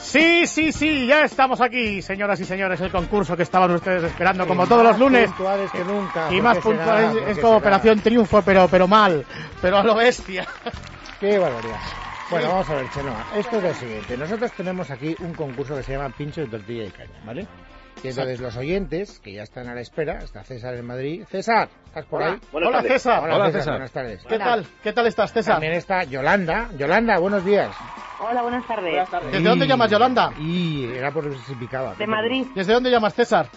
Sí, sí, sí, ya estamos aquí, señoras y señores, el concurso que estaban ustedes esperando, como todos los lunes. eh, Más puntuales que nunca. Y más porque será, puntuales, es porque como será. Operación Triunfo, pero, pero mal, pero a lo bestia. Qué barbaridad. Bueno, vamos a ver, Chenoa. Esto es lo siguiente. Nosotros tenemos aquí un concurso que se llama Pincho de Tortilla y Caña, ¿vale? Y entonces los oyentes, que ya están a la espera, está César en Madrid. César, ¿estás por ahí? Buenas Hola, tardes. César. Hola, César. Buenas tardes. ¿Qué tal? ¿Qué tal estás, César? También está Yolanda. Yolanda, buenos días. Hola, buenas tardes. ¿Desde dónde llamas, Yolanda? Y era por si picaba. De Madrid. ¿Desde dónde llamas, César?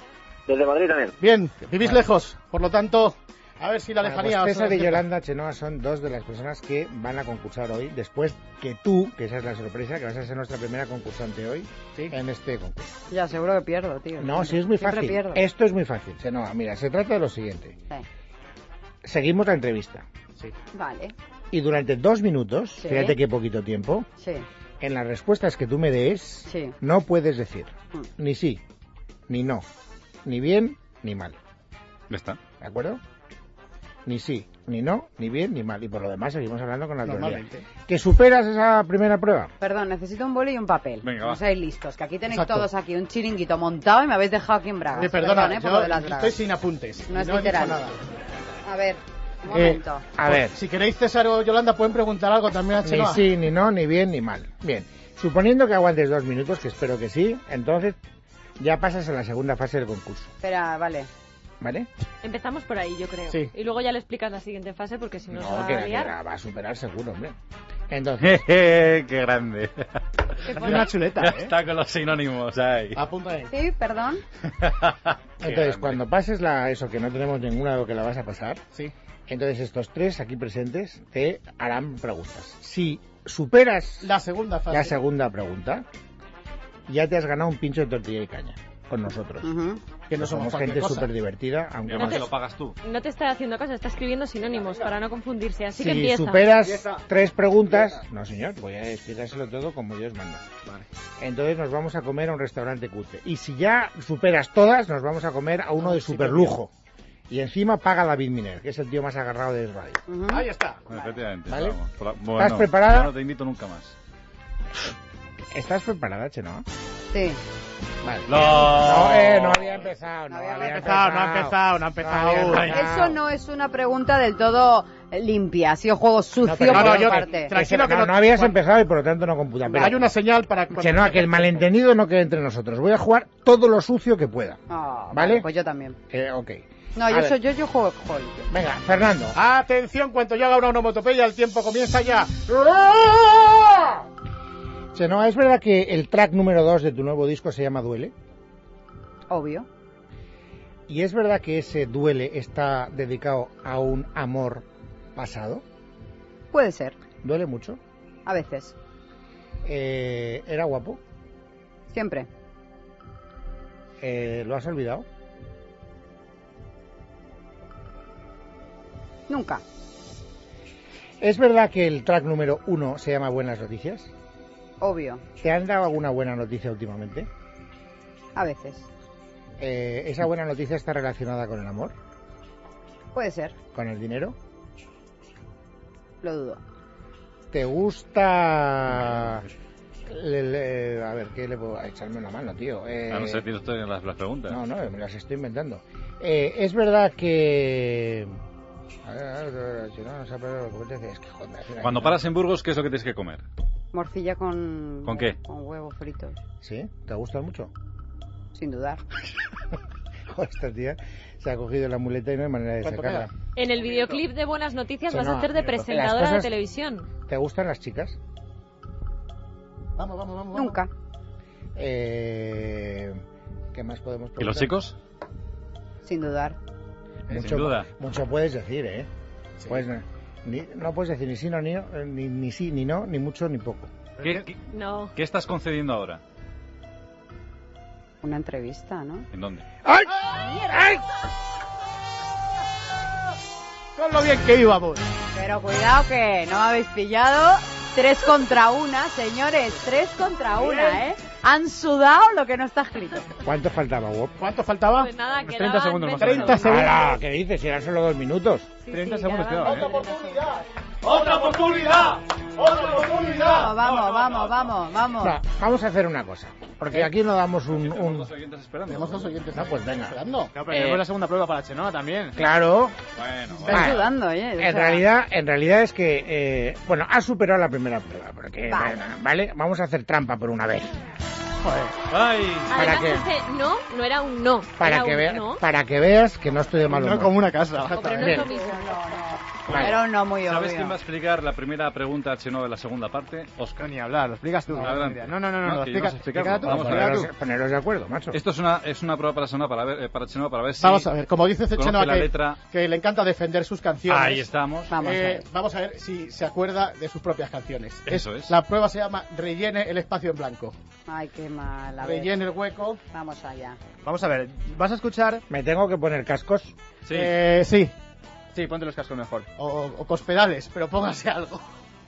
Desde Madrid también. Bien, vivís lejos, por lo tanto, a ver si la Bueno, pues lejanía... os- César y Yolanda Chenoa son dos de las personas que van a concursar hoy, después que tú, que esa es la sorpresa, que vas a ser nuestra primera concursante hoy Sí. en este concurso. Ya, seguro que pierdo, tío. No, Siempre- sí, es muy siempre fácil. pierdo. Esto es muy fácil, Chenoa. Mira, se trata de lo siguiente. Sí. Seguimos la entrevista Vale, y durante dos minutos, Sí. fíjate qué poquito tiempo, sí. en las respuestas que tú me des, Sí. no puedes decir Mm. ni sí, ni no, ni bien, ni mal. Ya está. ¿De acuerdo? Ni sí, ni no, ni bien, ni mal. Y por lo demás seguimos hablando con la autoridad. Normalmente. ¿Que superas esa primera prueba? Perdón, necesito un boli y un papel. Venga, no va. seáis listos, que aquí tenéis Exacto. todos aquí un chiringuito montado y me habéis dejado aquí en bragas. Eh, perdona, Perdón, ¿eh? Por lo de yo las estoy bragas. sin apuntes. No es he dicho literal. nada. A ver, un Eh, momento. a ver, Si queréis, César o Yolanda, pueden preguntar algo también a ni Chenoa. sí, ni no, ni bien, ni mal. Bien, suponiendo que aguantes dos minutos, que espero que sí, entonces ya pasas a la segunda fase del concurso, Espera, vale. ¿vale? Empezamos por ahí, yo creo. Sí. Y luego ya le explicas la siguiente fase porque si no, se va que, a que liar. la va a superar seguro, hombre. Entonces, ¡Qué grande! ¿Qué Es pone? una chuleta, Ya ¿eh? está con los sinónimos ahí. Apunta ahí. Sí, perdón. entonces cuando pases la, eso que no tenemos ninguna de que la vas a pasar, Sí. entonces estos tres aquí presentes te harán preguntas. Si superas La segunda fase. La segunda pregunta. Ya te has ganado un pincho de tortilla y caña con nosotros. Ujú. que no somos cualquier gente cosa. súper divertida, aunque además te no lo pagas tú. No te está haciendo caso, está escribiendo sinónimos para no confundirse. Así que si empieza. superas tres preguntas, no señor, voy a explicárselo todo como Dios manda. Entonces nos vamos a comer a un restaurante cutre. Y si ya superas todas, nos vamos a comer a uno de superlujo. Y encima paga David Miner, que es el tío más agarrado de radio. Ujú. Ahí está. Efectivamente. ¿Vale? vamos. Por la- bueno, preparada? ya no te invito nunca más. ¿Estás preparada, Chenoa? Sí. Vale. No. No, eh, no había empezado, no, No había había empezado, no ha empezado, no ha empezado había aún. empezado. Eso no es una pregunta del todo eh, limpia, ha sido juego sucio pero por no, mi yo- parte. tra- Tranquilo Eso, que no, no- no habías Juan- empezado y por lo tanto no computa. Pero Hay una señal para que no, que el malentendido no quede entre nosotros. Voy a jugar todo lo sucio que pueda. Ah, ¿Vale? Pues yo también. Eh, ok. No, A yo, ver. soy, yo, yo juego juego limpio. Venga, Fernando. Ah, Atención, cuando yo haga una onomatopeya, el tiempo comienza ya. Chenoa, ¿es verdad que el track número 2 de tu nuevo disco se llama Duele? Obvio. ¿Y es verdad que ese Duele está dedicado a un amor pasado? Puede ser. ¿Duele mucho? A veces. Eh, ¿Era guapo? Siempre. Eh, ¿Lo has olvidado? Nunca. ¿Es verdad que el track número 1 se llama Buenas Noticias? Obvio. ¿Te han dado alguna buena noticia últimamente? A veces. Eh, ¿Esa buena noticia está relacionada con el amor? Puede ser. ¿Con el dinero? Lo dudo. ¿Te gusta...? le- le- a ver, ¿qué le puedo echarme una mano, tío? Eh, A Ah, no ser que no estoy en las, las preguntas. no, no, me las estoy inventando. Eh, es verdad que... A ver, a ver, a ver, si no, no se ha perdido la competencia, es que joder, al final- Cuando paras en Burgos, ¿qué es lo que tienes que comer? Morcilla con... ¿Con qué? Con huevos fritos. ¿Sí? ¿Te gusta mucho? Sin dudar. Joder, esta tía se ha cogido la muleta y no hay manera de ¿Cuánto sacarla. En el videoclip de Buenas Noticias Sí, vas no, a hacer de pero las presentadora cosas- de televisión. ¿Te gustan las chicas? Vamos, vamos, vamos. Nunca. Eh, ¿Qué más podemos ¿Y los preguntar? chicos? Sin dudar. Eh, sin duda. Mucho puedes decir, ¿eh? Pues no, ni- no puedes decir ni sí, no, ni, no, eh, ni, ni sí, ni no, ni mucho, ni poco. ¿Qué, qué, No. qué estás concediendo ahora? Una entrevista, ¿no? ¿En dónde? ¡Ay! Con lo bien que íbamos. Pero cuidado que no me habéis pillado. Tres contra una, señores. Tres contra una, ¿eh? Han sudado lo que no está escrito. ¿Cuánto faltaba, Wop? ¿Cuánto Ah, faltaba? Pues nada, Unos quedaban 30 segundos más o 30 menos. segundos. ¡Hala! ¿Qué dices? Si eran solo dos minutos. Sí, 30 sí, segundos quedaban quedaban, ¿eh? veinte segundos. ¡Otra oportunidad! ¡Otra Vamos, oportunidad! vamos, vamos, vamos, vamos. Va, vamos a hacer una cosa, porque aquí no damos un... Tenemos un- dos oyentes esperando. Tenemos dos oyentes. No, pues venga. Esperando. No, pero Eh, tenemos la segunda prueba para Chenoa también. Claro, Bueno, Está Vale. sudando, oye. o sea, en realidad, en realidad es que, eh, bueno, ha superado la primera prueba, porque, Vale. vale. Vamos a hacer trampa por una vez, ¡Ay! ¿Para Además, qué? ese no no era un no. para era que, un vea- No, para que veas que no estoy de mal humor. No como una casa. Hombre, no es lo mismo. Vale. Pero no muy ¿Sabes quién va a obvio. explicar la primera pregunta a Chenoa de la segunda parte? Oscar. No, ni hablar, lo explicas tú. Adelante. No, no, no, no, No, lo que yo no explicas, sé explicarlo. explica tú, Vamos a explica ver, tú. Poneros, poneros de acuerdo, macho. Esto es una, es una prueba para Chenoa para ver, eh, para Chenoa para ver si... Vamos a ver, como dice Conoce Chenoa la que, letra. que le encanta defender sus canciones. Ahí estamos. Vamos a Eh, ver. vamos a ver si se acuerda de sus propias canciones. Eso es. La prueba se llama Rellene el espacio en blanco. Ay, qué mal. a ver. Rellene el hueco. Vamos allá. Vamos a ver, ¿vas a escuchar? Me tengo que poner cascos. Sí. Eh, sí. Sí, ponte los cascos mejor. O, o cospedales, pero póngase algo.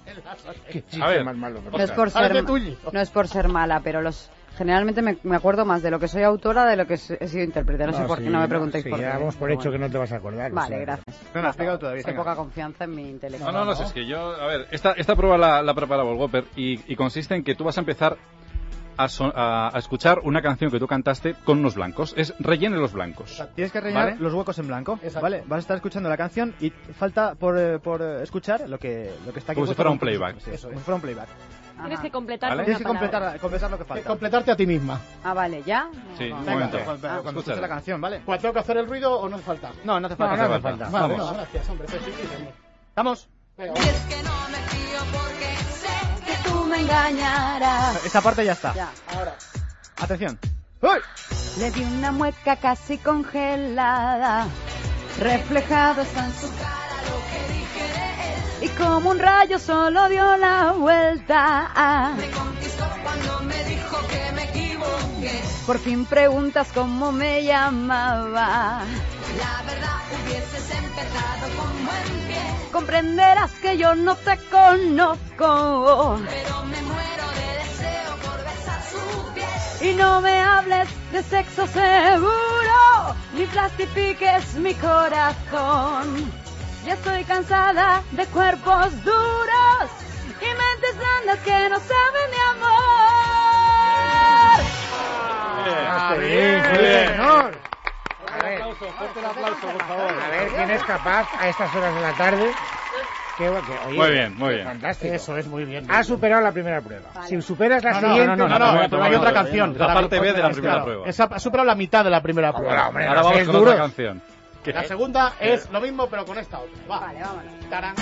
En la Qué chiste ver. más malo. No es por Haz de ser, ma- tuyo. no es por ser mala, pero los generalmente me, me acuerdo más de lo que soy autora de lo que s- he sido intérprete. No, sé por qué, no me preguntéis sí, por qué. Ya vamos por Pero hecho que bueno. no te vas a acordar. o Vale, sea, gracias. No, no, explícalo todavía. Hay venga. poca confianza en mi intelecto. No, no, no, si es que yo... A ver, esta, esta prueba la, la prepara Volgoper y, y consiste en que tú vas a empezar a, so- a- a escuchar una canción que tú cantaste con unos blancos. Es Rellene los blancos. Tienes que rellenar Vale. los huecos en blanco, Exacto. ¿vale? Vas a estar escuchando la canción y falta por, eh, por eh, escuchar lo que, lo que está aquí. Como puesto si fuera un con- playback. Sí, Eso como es. si fuera un playback. Ajá. Tienes que completar ¿Vale? con Tienes que una palabra. completar, completar lo que falta. Completarte a ti misma. Ah, vale, ¿ya? Sí, un Venga, cuando- momento. Ah, Cuando escuches escúchala. la canción, ¿vale? ¿Cuál tengo que hacer el ruido o no hace falta? No, no hace No, falta. no hace falta. Vale, no, Vamos. gracias, hombre. eso sí, señor. ¿Estamos? Venga, vamos. Dices que no me fío porque sé que Tú me engañarás. Esta parte ya está. Ya. Ahora. Atención. Le di una mueca casi congelada. Reflejado está en su cara lo que dije de él. Y como un rayo solo dio la vuelta. me conquistó cuando me dijo que me equivoqué. Por fin preguntas cómo me llamaba. La verdad hubieses empezado con buen pie, Comprenderás que yo no te conozco. pero me muero de deseo por besar su piel. Y no me hables de sexo seguro, ni plastifiques mi corazón. Ya estoy cansada de cuerpos duros y mentes blandas que no saben de amor. Ah, bien, bien, bien. bien, señor. A ver, fuerte el aplauso, por favor. a ver quién es capaz a estas horas de la tarde. Qué bueno, que- oye, Muy bien, muy qué bien. Fantástico. Eso es muy bien. Ha superado la primera prueba. Vale. Si superas la No, no, siguiente. Ah, no, no, no, No, no, no, pero hay no, otra no, canción. no, la parte B de la primera Claro, prueba. Esa ha superado la mitad de la primera Hola, prueba. hombre, Ahora no vamos seas con otra duro. canción. ¿Qué? La segunda es lo mismo, pero con esta otra. Va. Vale, vámonos. Tarán.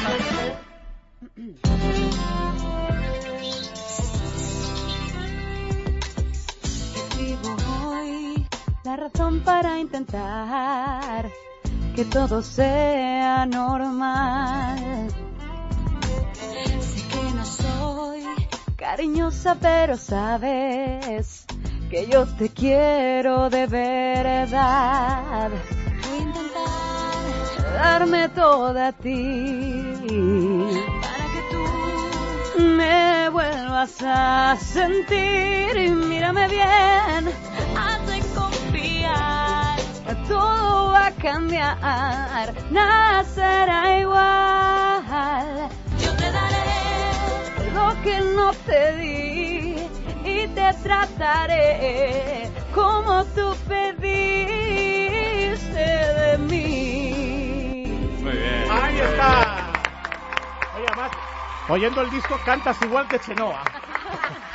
Vivo hoy la razón para intentar que todo sea normal. Sé que no soy Cariñosa, pero sabes que yo te quiero de verdad. voy a intentar Darme toda a ti. para que tú Me vuelvas a sentir. Mírame bien. hazme confiar. Todo va a cambiar. Nada será igual. Yo te daré Lo que no te di. Y te trataré como tú pediste de mí. Muy bien. Ahí está. Oye, además, oyendo el disco cantas igual que Chenoa.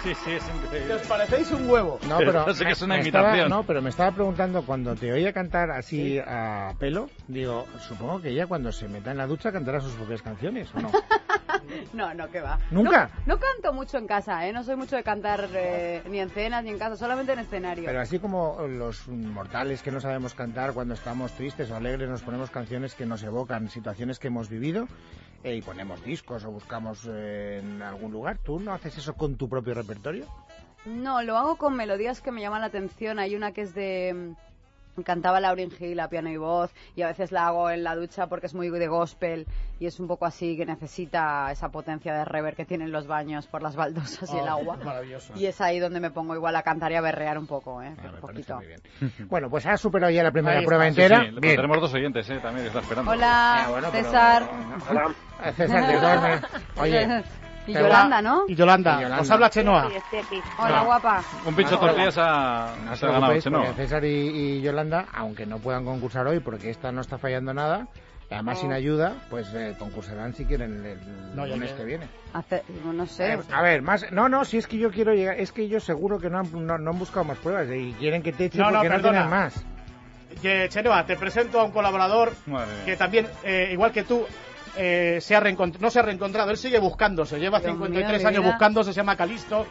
Sí, sí, es Que os increíble. parecéis un huevo. No, pero Eso sí que es una me estaba- imitación. no, pero me estaba preguntando cuando te oía cantar así a pelo, digo, supongo que ella cuando se meta en la ducha cantará sus propias canciones, ¿o no? No, no, que va. Nunca. No, no canto mucho en casa, ¿eh? No soy mucho de cantar eh, ni en cenas ni en casa, solamente en escenario. Pero así como los mortales que no sabemos cantar cuando estamos tristes o alegres, nos ponemos canciones que nos evocan situaciones que hemos vivido eh, y ponemos discos o buscamos eh, en algún lugar. ¿Tú no haces eso con tu propio repertorio? No, lo hago con melodías que me llaman la atención. Hay una que es de mm, Cantaba Lauryn Hill a piano y voz y a veces la hago en la ducha porque es muy de gospel y es un poco así que necesita esa potencia de rever que tienen los baños por las baldosas y Pues Oh. Ah, el agua. Maravilloso. Y es ahí donde me pongo igual a cantar y a berrear un poco, ¿eh? Ah, un me parece poquito. muy bien. Bueno, pues has superado ya la primera Ahí está, prueba Sí, entera. sí, Bien. Tenemos dos oyentes, eh, también, que está esperando. Hola, Ah, bueno, pero- César. Eh, César, te duerme. Oye, y pero- Yolanda, ¿no? Y Yolanda, Y Yolanda. os habla Chenoa. Hola, guapa. Un pincho de tortillas a... no os se ha ganado, preocupéis, che, ¿no? porque César y, y Yolanda, aunque no puedan concursar hoy porque esta no está fallando nada, además sin ayuda, pues eh, concursarán si quieren el- el Oh. No, ya lunes que- que viene. Hace- no sé. Eh, a ver, más, no, no, si es que yo quiero llegar, es que ellos seguro que no han, no, no han buscado más pruebas y quieren que te echen No, no, porque no, perdona. tienen más. Que, Chenoa, te presento a un colaborador Madre mía. que también, eh, igual que tú, eh, se ha reencont- no se ha reencontrado. Él sigue buscándose, lleva Dios 53 mío, años mira. buscándose, se llama Calisto.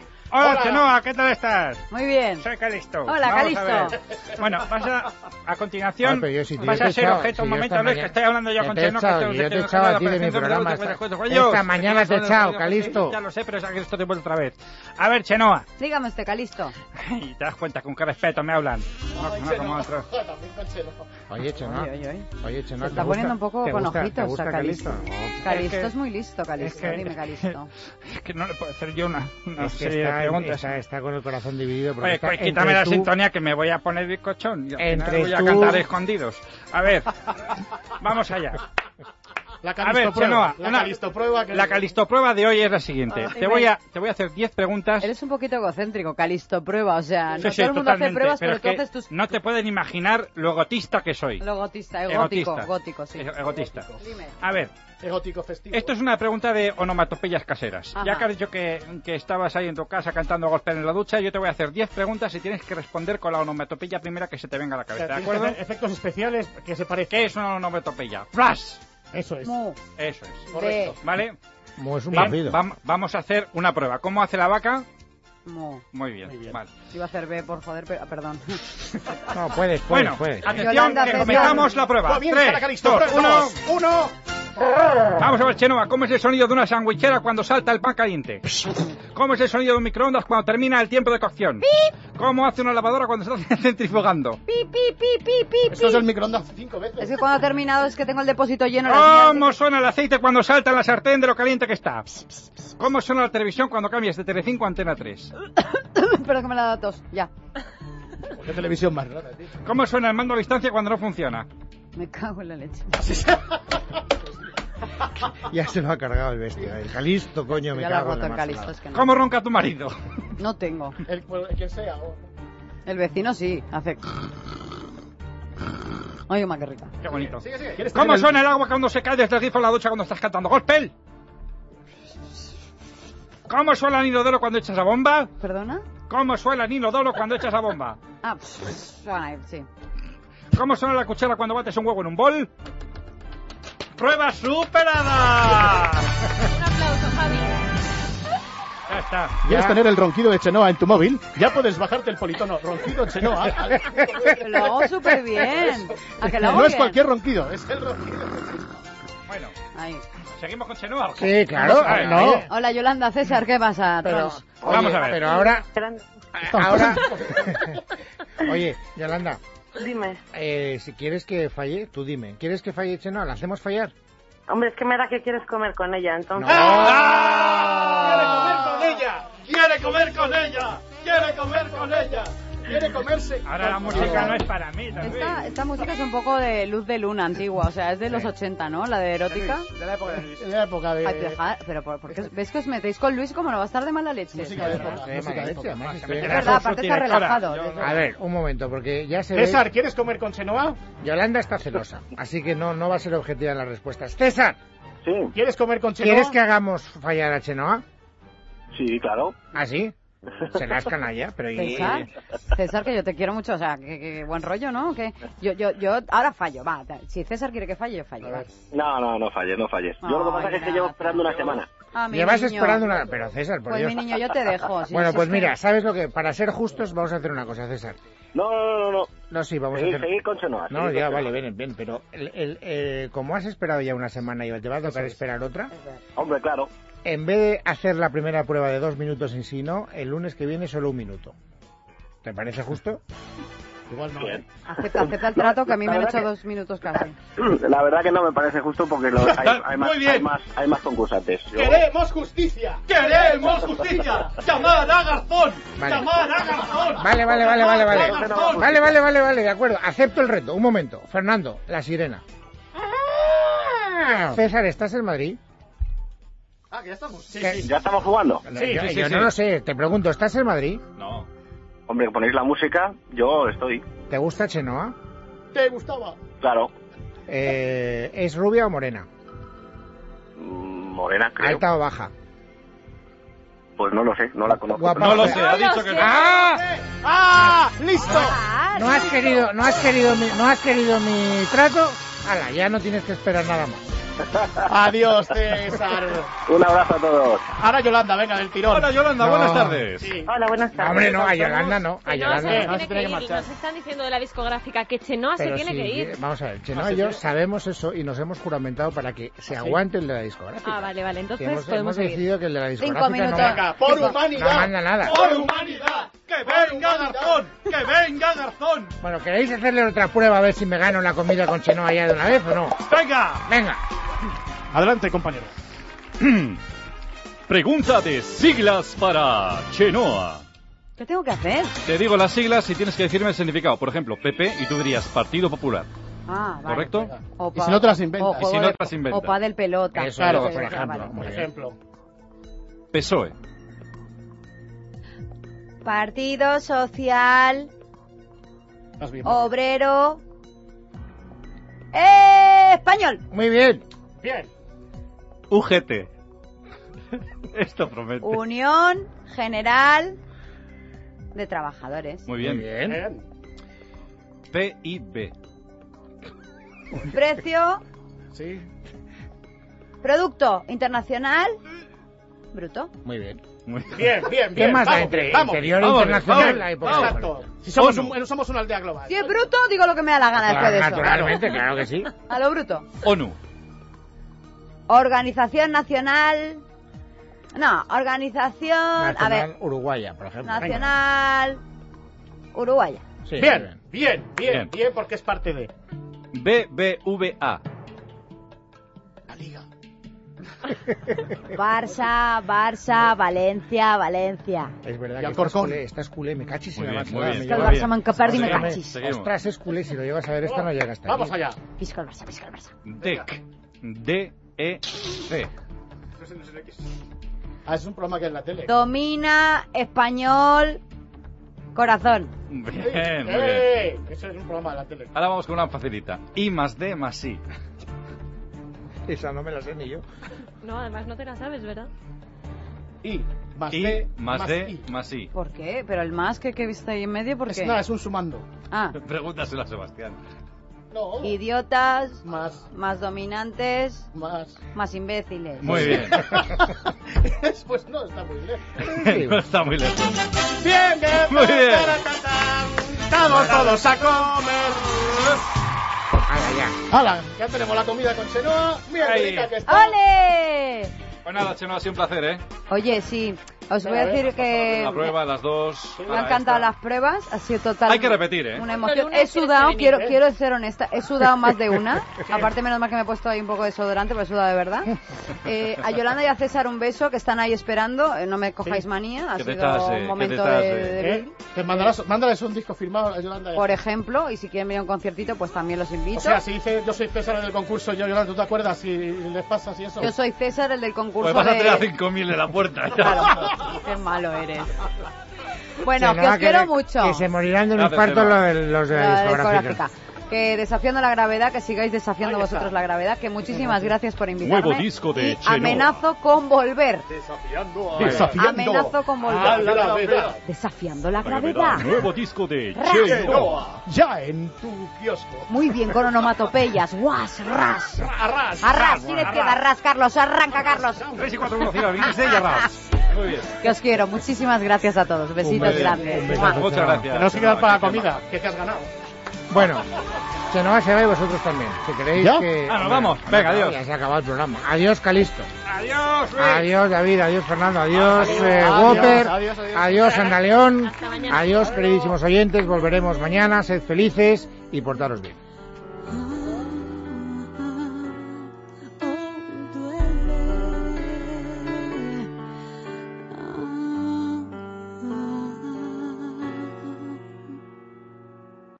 ¿qué tal estás? Muy bien. Soy Calisto. Hola, Vamos a Calisto. Bueno, vas a, continuación, Pasa vas a ser objeto un momento, Luis, que estoy hablando yo con te he Chenoa, que echado, estoy yo te he haciendo echado nada, a ti de mi apareciendo, programa. pero te Esta, cuentas cosas, esta coño. mañana te he echado, Calisto. Ya lo sé, pero es que esto te vuelve otra vez. A ver, Chenoa, Dígame usted, Calisto. y te das cuenta con qué respeto me hablan. No, no, como otros. Oye, Chenoa, Oye, oye, oye. oye, Chenoa, Se está ¿te gusta- poniendo un poco te con gusta- ojitos ¿Te gusta a Calisto. Calisto? Calisto Es es, que- muy listo, Calisto. es que- Dime, Calisto. Es que no le puedo hacer yo una, una Es que serie de está, preguntas. está- está con el corazón dividido. porque Oye, está pues quítame entre la tú- sintonía que me voy a poner bizcochón. Y al final Entre voy a tú- cantar escondidos. A ver, vamos allá. La A Calisto ver, prueba. Chenoa, la una- Calisto prueba. que- La calistoprueba de hoy es la siguiente. Ah. Te voy a, te voy a hacer 10 preguntas. Eres un poquito egocéntrico, Calisto. Prueba, o sea, no Sí, sí, todo el mundo hace totalmente, pruebas, pero, es tú que haces tus... No te pueden imaginar lo gotista que soy. Lo gotista, egótico, Egotista. gótico, sí. Ego- egotista. Dime. A ver, Egótico festivo. esto es una pregunta de onomatopeyas caseras. Ajá. Ya que has dicho que, que estabas ahí en tu casa cantando gospel en la ducha, yo te voy a hacer 10 preguntas y tienes que responder con la onomatopeya primera que se te venga a la O cabeza, sea, ¿de tienes que acuerdo? hacer efectos especiales que se parezcan. ¿Qué es una onomatopeya? ¡Flash! Eso es. Mu, Eso es. de, Correcto. ¿Vale? Como es un Va- bandido. vam- vamos a hacer una prueba. ¿Cómo hace la vaca? mu. Muy bien, Muy bien. vale. Iba a hacer B, por joder, pero, ah, perdón. No, puedes, puedes, Bueno, puedes. atención, Yolanda, que atención. comenzamos la prueba. Comienza la 3, Calisto 2, prueba. 1... Dos, uno. Vamos a ver, Chenoa, ¿cómo es el sonido de una sandwichera cuando salta el pan caliente? ¿Cómo es el sonido de un microondas cuando termina el tiempo de cocción? ¿Cómo hace una lavadora cuando se está centrifugando? Pi, pi, pi, pi, pi, Esto es pi. el microondas cinco veces. Es que cuando ha terminado es que tengo el depósito lleno. las mías- ¿Cómo suena el aceite cuando salta en la sartén de lo caliente que está? ¿Cómo suena la televisión cuando cambias de Telecinco a Antena 3? Perdón que me la ha dado tos. Ya. Qué televisión más rara, tío. ¿Cómo suena el mando a distancia cuando no funciona? Me cago en la leche. Ya se lo ha cargado el bestia. El Calisto, coño, me ya la ha cago en roto la el Calisto, masa. es que no. ¿Cómo ronca tu marido? No tengo. El, el- quien sea. o- El vecino sí, hace... Ay, más que rica. Qué bonito. Sigue, sigue. ¿Quieres ¿Cómo tener el- suena el agua cuando se cae desde el grifo en la ducha cuando estás cantando gospel? ¿Cómo suena el inodoro cuando echas la bomba? ¿Perdona? ¿Cómo suena el inodoro cuando echas la bomba? Ah, pff, ay, sí. ¿Cómo suena la cuchara cuando bates un huevo en un bol? ¡Prueba superada! Un aplauso, Javi. Ya está. ¿Quieres tener el ronquido de Chenoa en tu móvil? Ya puedes bajarte el politono. Ronquido Chenoa. Pero Lo hago súper bien. ¿A que lo hago No es bien? cualquier ronquido, es el ronquido. Bueno, Ahí. seguimos con Chenoa. Sí, claro, Vamos a ver, no. oye. Hola, Yolanda, César, ¿qué pasa? Pero, Todos. Vamos oye, a ver. Pero ahora, ahora, oye, Yolanda, Dime. eh, si quieres que falle, tú dime. ¿Quieres que falle Chenoa? ¿La hacemos fallar? Hombre, es que me da que quieres comer con ella, entonces. Ah. Ah. ¡Quiere comer con ella! ¡Quiere comer con ella! ¡Quiere comerse! Ahora la música no es para mí, David. Esta, esta música es un poco de luz de luna antigua, o sea, es de los 80, ¿no? La de erótica. De la época de... la época Ay, pero, ja- pero ¿por, por qué os- ¿Ves que os metéis con Luis como no va a estar de mala leche? Música de época. Sí, música de Maravilla, época. además Ah, estoy- que me Es verdad, aparte está Directora, relajado. yo- A ver, un momento, porque ya se ve... César, ¿quieres comer con Chenoa? Yolanda está celosa, así que no, no va a ser objetiva en las respuestas. César, Sí, ¿Quieres comer con Chenoa? ¿quieres que hagamos fallar a Chenoa? sí, claro. ¿Ah, sí? Serás canalla, pero... y- César, César, que yo te quiero mucho, o sea, que, que buen rollo, ¿no? Que yo, yo, yo ahora fallo, va. ta- Si César quiere que falle, yo fallo. va. No, no, no falles, no falles. Yo lo que pasa Ay, es que llevo nada. esperando una semana. Ah, mi Llevas niño. esperando una... Pero César, por Pues Dios... mi niño, yo te dejo. si Bueno, no pues se espera. mira, ¿sabes lo que? Para ser justos, vamos a hacer una cosa, César. No, no, no, no. No, sí, no. vamos a Seguir, hacer... seguir con Chenoa. No, seguid ya, con vale, Chenoa. bien, bien, pero el, el- eh, como has esperado ya una semana y te va a tocar esperar otra, Hombre, claro. en vez de hacer la primera prueba de dos minutos en sí, no, el lunes que viene solo un minuto. ¿Te parece justo? Igual no. ¿eh? Acepta, acepta el trato que a mí me han hecho dos minutos casi. La verdad que no me parece justo porque lo- hay, hay más, Muy bien. hay más hay más concursantes. Yo- ¡Queremos justicia! ¡Queremos justicia! ¡Llamar a Garzón! Vale. ¡Llamar a Garzón! Vale, vale, vale, vale, ¡Llamar vale. a Garzón! Vale, vale, vale, vale, de acuerdo. Acepto el reto. Un momento. Fernando, la sirena. César, ¿estás en Madrid? Ah, que ya estamos. Sí, ¿Qué? sí. ¿Ya estamos jugando? Sí, yo sí, yo sí, no sí. lo sé, te pregunto, ¿estás en Madrid? No. Hombre, ponéis la música, yo estoy. ¿Te gusta Chenoa? ¿Te gustaba? Claro. Eh, ¿Es rubia o morena? Mm, Morena, creo. ¿Alta o baja? Pues no lo sé, no la conozco. Guapa. No lo sé, ha dicho que no. ¡Ah! ¡Ah! ¡Listo! No has querido, no has querido mi, no has querido mi trato. Hala, ya no tienes que esperar nada más. Adiós, César. Un abrazo a todos. Ahora Yolanda, venga, del tirón. Hola, Yolanda, No. buenas tardes. Sí. Hola, buenas No, tardes. hombre, no, a Yolanda no, a Que no, se Eh, no Yolanda no. se tiene tiene que que ir. marchar. Nos están diciendo de la discográfica que Chenoa se Pero tiene sí, que ir. Vamos a ver, Chenoa No, y se yo tiene- sabemos eso y nos hemos juramentado para que se Ah, sí. aguante el de la discográfica. Ah, vale, vale, entonces Que hemos, podemos hemos seguir. decidido que el de la Cinco discográfica no minutos. manda- Venga, por Venga. humanidad. No manda nada. Por humanidad. Que venga Garzón. Que venga Garzón. Bueno, ¿queréis hacerle otra prueba a ver si me gano la comida con Chenoa ya de una vez o no? Venga. Venga. Adelante, compañero. Pregunta de siglas para Chenoa. ¿Qué tengo que hacer? Te digo las siglas y tienes que decirme el significado. Por ejemplo, PP y tú dirías Partido Popular. Ah, vale. ¿Correcto? O Y si no te las inventas. o Y si juego no de- te las inventas. O pádel pelota. Eso claro, es, por ejemplo. vale. Muy Por bien. ejemplo. PSOE. Partido Social Más bien. Oh. Obrero eh, Español. Muy bien. Bien. UGT. Esto promete. Unión General de Trabajadores. Muy bien. Muy bien. Bien. PIB. Precio, Sí. Producto Internacional Bruto. Muy bien. Muy bien. Bien, bien, bien. ¿Qué más da Vamos, entre vamos. interior e vamos, internacional? vamos, La época de Juan. Exacto. Si somos, ONU. un- somos una aldea global. Si es bruto, digo lo que me da la gana después de Claro, eso. naturalmente, claro que sí. A lo bruto. ONU. Organización Nacional. No, Organización. A ver, Nacional uruguaya, por ejemplo. Nacional. Uruguaya. Sí, muy Bien, bien, bien, Bien. bien, porque es parte de BBVA. la liga. Barça, Barça, Valencia, Valencia. Es verdad Y que estás Alcorcón. culé, estás culé, me cachis en Muy la bien, máquina, muy me bien. que el lleva- Barça manca perdi me Seguimos. cachis. Seguimos. Ostras, es culé, si lo llevas a ver esta no llega hasta aquí. Vamos allá. Pisco el Barça, pisco el Barça. DEC. E, D-E-C. Ah, es un programa que hay en la tele. Domina, español, corazón. Bien, muy bien. Eh, Eso es un programa de la tele. Ahora vamos con una facilita. I más D más I. Esa no me la sé ni yo. No, además no te la sabes, ¿verdad? I más I D más E, I. D más I. ¿Por qué? Pero el más que, que viste ahí en medio, ¿por Es, qué? no, es un sumando. Ah, Pregúntaselo a Sebastián. No. idiotas, Más, más dominantes, más. más imbéciles. Muy bien. pues no, está muy lejos. no está muy lejos. Bien, bien, Muy bien. Estamos todos a comer. Ahora ya. Hala, ya tenemos la comida con Chenoa. Mira Ahí. qué rica que está. ¡Ole! Pues nada, Cheno, ha sido un placer, ¿eh? Oye, sí, os voy A a ver, decir que La prueba, las dos. Eh, me ahora han encantado esta. las pruebas, ha sido total. Hay que repetir, ¿eh? Una El emoción. lunes He sudado, tienes que venir, quiero, ¿eh? quiero ser honesta, he sudado más de una. Aparte, menos mal que me he puesto ahí un poco de desodorante, pero he sudado de verdad. Eh, a Yolanda y a César un beso, que están ahí esperando. eh, no me cojáis manía, ha Que sido te estás, eh, que un te momento estás, de, eh. de- ¿Eh? Te mandarás, mándales un disco firmado a Yolanda. Por ejemplo, y si quieren venir a un conciertito, pues también los invito. o sea, si dice yo soy César en el concurso, yo Yolanda, ¿tú te acuerdas si les pasas y eso? Yo soy César, el del concurso Pues vas a tener a de... 5.000 de la puerta. Claro, qué malo eres. Bueno, Sí, que no, os quiero que- mucho. Que se morirán de un Gracias, infarto Eva. los, los de La la discográfica. discográfica. Que desafiando la gravedad, que sigáis desafiando Ahí está. vosotros la gravedad, que muchísimas gracias por invitarme. Nuevo disco de y Chenoa. amenazo con volver. Desafiando Amenazo con volver. a Ah, la gravedad. Desafiando la gravedad. Nuevo disco de Ra. Chenoa, ya en tu kiosco. Muy bien, con onomatopeyas. Guas, ras. Arras. Arras, tienes que arras, Carlos. Arranca, Carlos. 3 y 4, 1, 0, 26 y arras. Muy bien. Que os quiero. Muchísimas gracias a todos. Besitos beso. grandes. Un beso. Mua. Muchas gracias. Tenemos que quedar para la Chenoa. comida, que te has ganado. Bueno, Chenoa se va y vosotros también. Si queréis ¿Ya? que... Ah, nos vamos. Hombre, Venga, no, adiós. Ya se ha acabado el programa. Adiós, Calisto. Adiós, Luis. Adiós, David. Adiós, Fernando. Adiós, Adiós, eh, adiós, Whopper. adiós, Adiós, adiós. Andaleón. mañana. Adiós, queridísimos oyentes. Volveremos mañana. Sed felices y portaros bien.